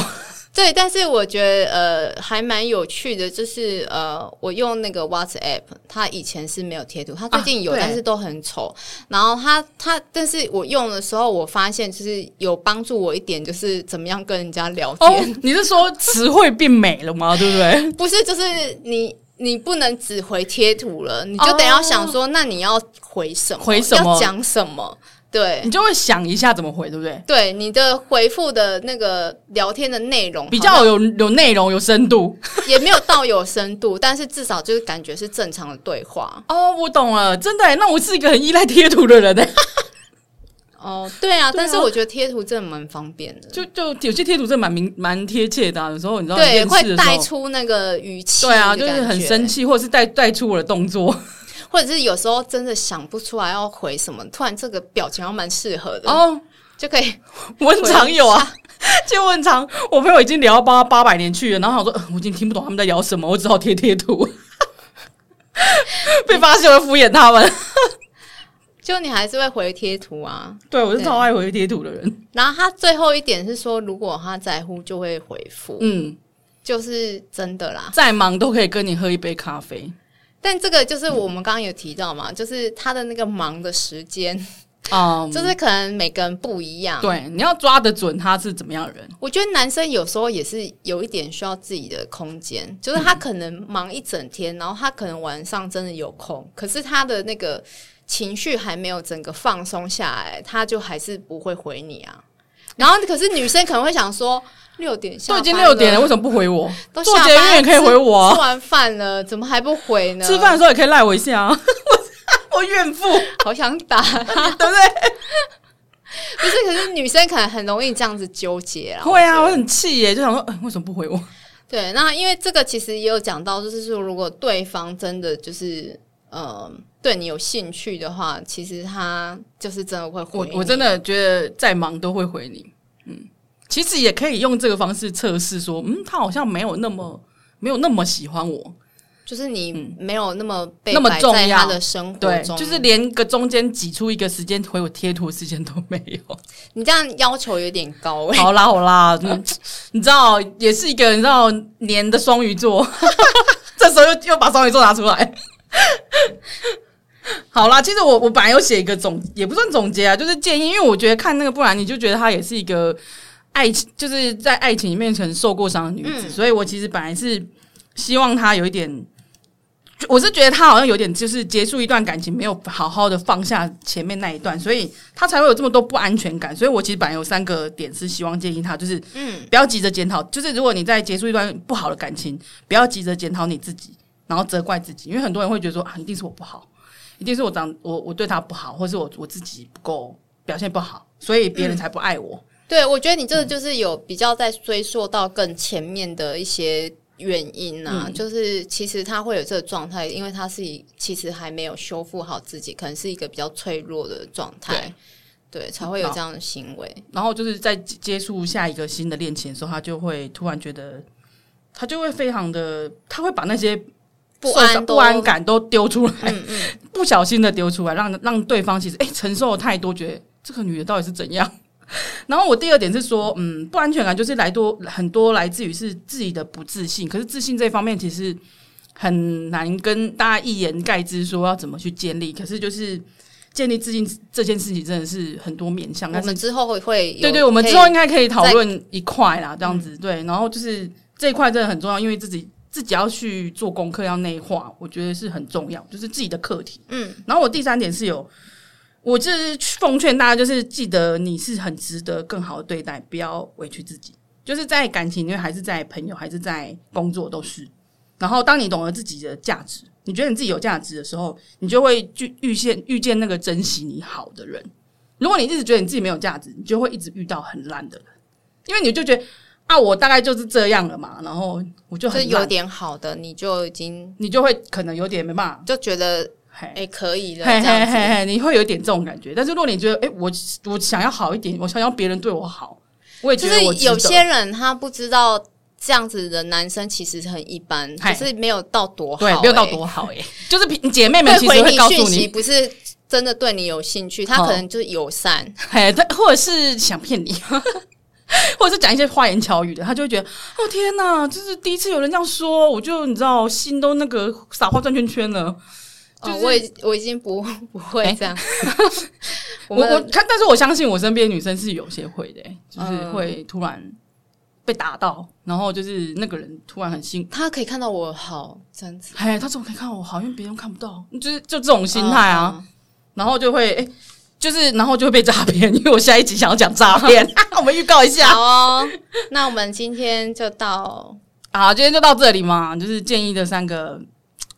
[SPEAKER 1] 对，但是我觉得呃还蛮有趣的，就是呃我用那个 WhatsApp，它以前是没有贴图，它最近有，
[SPEAKER 2] 啊对
[SPEAKER 1] 但是都很丑。然后它它，但是我用的时候，我发现就是有帮助我一点，就是怎么样跟人家聊
[SPEAKER 2] 哦
[SPEAKER 1] 天，，
[SPEAKER 2] 你是说词汇变美了吗？对不 对？
[SPEAKER 1] 不是就是你。你不能只回贴图了，你就得要想说，那你要回什么？
[SPEAKER 2] 回什么
[SPEAKER 1] 要讲什么？对，
[SPEAKER 2] 你就会想一下怎么回，对不对？
[SPEAKER 1] 对你的回复的那个聊天的内容
[SPEAKER 2] 比
[SPEAKER 1] 好
[SPEAKER 2] 较有有内容、有深度。
[SPEAKER 1] 像也没有到有深度，但是至少就是感觉是正常的对话。
[SPEAKER 2] 哦，我懂了，真的耶。欸那我是一个很依赖贴图的人欸呢，
[SPEAKER 1] 哦，对啊，
[SPEAKER 2] 对啊
[SPEAKER 1] 但是我觉得贴图真的蛮方便的，
[SPEAKER 2] 就就有些贴图真的蛮明蛮贴切的、啊。有时候你知道，
[SPEAKER 1] 对
[SPEAKER 2] 面试
[SPEAKER 1] 会
[SPEAKER 2] 的时候
[SPEAKER 1] 带出那个语气，
[SPEAKER 2] 对啊，就是很生，气，或者是带带出我的动作。
[SPEAKER 1] 或者是有时候真的想不出来要回什么，突然这个表情还蛮适合的，
[SPEAKER 2] 哦，
[SPEAKER 1] 就可以
[SPEAKER 2] 我很常有啊。就我很常，我朋友已经聊到八八百年去了，然后想说、呃我已经听不懂他们在聊什么，我只好贴贴图。被发现我在敷衍他们，
[SPEAKER 1] 就你还是会回贴图啊。
[SPEAKER 2] 对我是
[SPEAKER 1] 对
[SPEAKER 2] 超爱回贴图的人。
[SPEAKER 1] 然后他最后一点是说，如果他在乎就会回复，
[SPEAKER 2] 嗯，
[SPEAKER 1] 就是真的啦。
[SPEAKER 2] 再忙都可以跟你喝一杯咖啡。
[SPEAKER 1] 但这个就是我们刚刚有提到嘛，就是他的那个忙的时间，
[SPEAKER 2] 嗯，
[SPEAKER 1] 就是可能每个人不一样。，
[SPEAKER 2] 对，你要抓得准他是怎么样的人。
[SPEAKER 1] 我觉得男生有时候也是有一点需要自己的空间，就是
[SPEAKER 2] 嗯
[SPEAKER 1] 他可能忙一整天，然后他可能晚上真的有空，可是他的那个情绪还没有整个放松下来，他就还是不会回你啊。然后可是女生可能会想说，六点下
[SPEAKER 2] 都
[SPEAKER 1] 班
[SPEAKER 2] 已经六点了，为
[SPEAKER 1] 了，
[SPEAKER 2] 什么不回我？
[SPEAKER 1] 都
[SPEAKER 2] 做
[SPEAKER 1] 下
[SPEAKER 2] 节
[SPEAKER 1] 班
[SPEAKER 2] 目也可以回我
[SPEAKER 1] 吃
[SPEAKER 2] 啊，
[SPEAKER 1] 完饭了，怎么还不回呢？
[SPEAKER 2] 吃饭的时候也可以赖我一下啊。我我怨妇，
[SPEAKER 1] 好想打他，
[SPEAKER 2] 对不对？
[SPEAKER 1] 不是，可是女生可能很容易这样子纠结啊。
[SPEAKER 2] 会啊，我很气耶，就想说，呃为什么不回我？
[SPEAKER 1] 对，那因为这个其实也有讲到，就是说，如果对方真的就是呃对你有兴趣的话，其实他就是真的会回
[SPEAKER 2] 我
[SPEAKER 1] 你
[SPEAKER 2] 我真的觉得再忙都会回你。嗯，其实也可以用这个方式测试说，嗯，他好像没有那么没有那么喜欢我。
[SPEAKER 1] 就是你没有那么被
[SPEAKER 2] 那么
[SPEAKER 1] 摆
[SPEAKER 2] 重
[SPEAKER 1] 在他
[SPEAKER 2] 要
[SPEAKER 1] 的生活
[SPEAKER 2] 对，
[SPEAKER 1] 中，
[SPEAKER 2] 就是连个中间挤出一个时间回我贴图的时间都没有。
[SPEAKER 1] 你这样要求有点高哎、
[SPEAKER 2] 好啦好啦，嗯，你知道，也是一个你知道年的双鱼座， 这时候又又把双鱼座拿出来。好啦，其实我我本来有写一个总，也不算总结啊，就是建议，因为我觉得看那个，不然你就觉得她也是一个爱情，就是在爱情里面曾受过伤的女子，所以我其实本来是希望她有一点。我是觉得她好像有点就是结束一段感情没有好好的放下前面那一段，所以她才会有这么多不安全感。所以我其实本来有三个点是希望建议她，就是
[SPEAKER 1] 嗯，
[SPEAKER 2] 不要急着检讨，就是如果你在结束一段不好的感情，不要急着检讨你自己，然后责怪自己，因为很多人会觉得说啊，一定是我不好，一定是我长我我对他不好，或是我我自己不够表现不好，所以别人才不爱我。
[SPEAKER 1] 对，我觉得你这个就是有比较在追溯到更前面的一些原因啊，
[SPEAKER 2] 嗯
[SPEAKER 1] 就是其实他会有这个状态，因为他是以其实还没有修复好自己，可能是一个比较脆弱的状态，对，才会有这样的行为。
[SPEAKER 2] 然后就是在接接触下一个新的恋情的时候，他就会突然觉得，他就会非常的，他会把那些
[SPEAKER 1] 不
[SPEAKER 2] 受伤
[SPEAKER 1] 安都嗯
[SPEAKER 2] 不安感都丢出来， 不小心的丢出来，让让对方其实哎、承受了太多，觉得这个女的到底是怎样。 然后我第二点是说，嗯，不安全感就是来多很多来自于是自己的不自信，可是自信这方面其实很难跟大家一言盖之说要怎么去建立，可是就是建立自信这件事情真的是很多面向，
[SPEAKER 1] 我
[SPEAKER 2] 但是
[SPEAKER 1] 们之后会会有
[SPEAKER 2] 啊对对，我们
[SPEAKER 1] 可以嗯
[SPEAKER 2] 之后应该可以讨论一块啦，这样子对。然后就是这一块真的很重要，因为自己自己要去做功课，要内化，我觉得是很重要，就是自己的课题。
[SPEAKER 1] 嗯，
[SPEAKER 2] 然后我第三点是有，我就是奉劝大家，就是记得你是很值得更好的对待，不要委屈自己，就是在感情里面，还是在朋友，还是在工作都是。然后，当你懂得自己的价值，你觉得你自己有价值的时候，你就会去遇见遇见那个珍惜你好的人。如果你一直觉得你自己没有价值，你就会一直遇到很烂的人，因为你就觉得啊，我大概就是这样了嘛，然后我就
[SPEAKER 1] 就是
[SPEAKER 2] 很
[SPEAKER 1] 有
[SPEAKER 2] 烂，
[SPEAKER 1] 点好的，你就已经
[SPEAKER 2] 你就会可能有点没办法，
[SPEAKER 1] 就觉得
[SPEAKER 2] 嘿
[SPEAKER 1] 哎、可以了，
[SPEAKER 2] 嘿
[SPEAKER 1] 这
[SPEAKER 2] 嘿
[SPEAKER 1] 样子
[SPEAKER 2] 嘿嘿，你会有一点这种感觉。但是如果你觉得，哎、我我想要好一点，我想要别人对我好，我也
[SPEAKER 1] 就
[SPEAKER 2] 觉得我
[SPEAKER 1] 是
[SPEAKER 2] 值得
[SPEAKER 1] 有些人他不知道这样子的男生其实很一般，
[SPEAKER 2] 嗨
[SPEAKER 1] 就是没有到多好、
[SPEAKER 2] 对没有到多好哎、 就是平姐妹
[SPEAKER 1] 欸。
[SPEAKER 2] 们
[SPEAKER 1] 会
[SPEAKER 2] 其实
[SPEAKER 1] 回
[SPEAKER 2] 会
[SPEAKER 1] 你
[SPEAKER 2] 告诉
[SPEAKER 1] 讯息
[SPEAKER 2] 你，
[SPEAKER 1] 不是真的对你有兴趣，他
[SPEAKER 2] 哦
[SPEAKER 1] 可能就是友善，
[SPEAKER 2] 哎，他或者是想骗你。或者是讲一些花言巧语的，他就会觉得，哦天哪，就是第一次有人这样说，我就你知道心都那个撒花转圈圈了。 就是
[SPEAKER 1] 哦、我已我已经不 不会这 样。我
[SPEAKER 2] 我我
[SPEAKER 1] 们
[SPEAKER 2] 看，但是我相信我身边的女生是有些会的、欸就是
[SPEAKER 1] 嗯
[SPEAKER 2] 会突然被打到，然后就是那个人突然很心
[SPEAKER 1] 他可以看到我好这样子
[SPEAKER 2] 哎，他怎么可以看我好？因为别人看不到，就是就这种心态啊，，
[SPEAKER 1] 嗯
[SPEAKER 2] 然后就会哎、就是然后就会被诈骗。因为我下一集想要讲诈 骗，我们预告一
[SPEAKER 1] 嗯
[SPEAKER 2] 下
[SPEAKER 1] 好哦。那我们今天就到
[SPEAKER 2] 啊。今天就到这里嘛，就是建议的三个，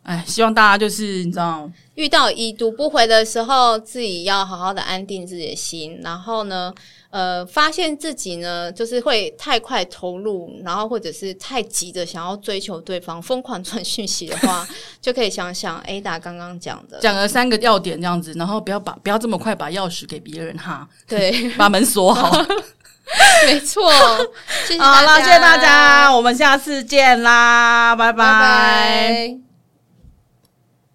[SPEAKER 2] 哎，希望大家就是你知道，
[SPEAKER 1] 遇到已读不回的时候，自己要好好的安定自己的心，然后呢，呃，发现自己呢就是会太快投入，然后或者是太急着想要追求对方，疯狂传讯息的 话，就可以想想 Ada 刚刚讲的，
[SPEAKER 2] 讲了三个要点这样子，然后不要把不要这么快把钥匙给别人哈，
[SPEAKER 1] 对，
[SPEAKER 2] 把门锁 好。
[SPEAKER 1] 没错，谢谢
[SPEAKER 2] 好
[SPEAKER 1] 大
[SPEAKER 2] 啦，
[SPEAKER 1] 家，
[SPEAKER 2] 谢谢大家，，我们下次见啦，拜
[SPEAKER 1] 拜拜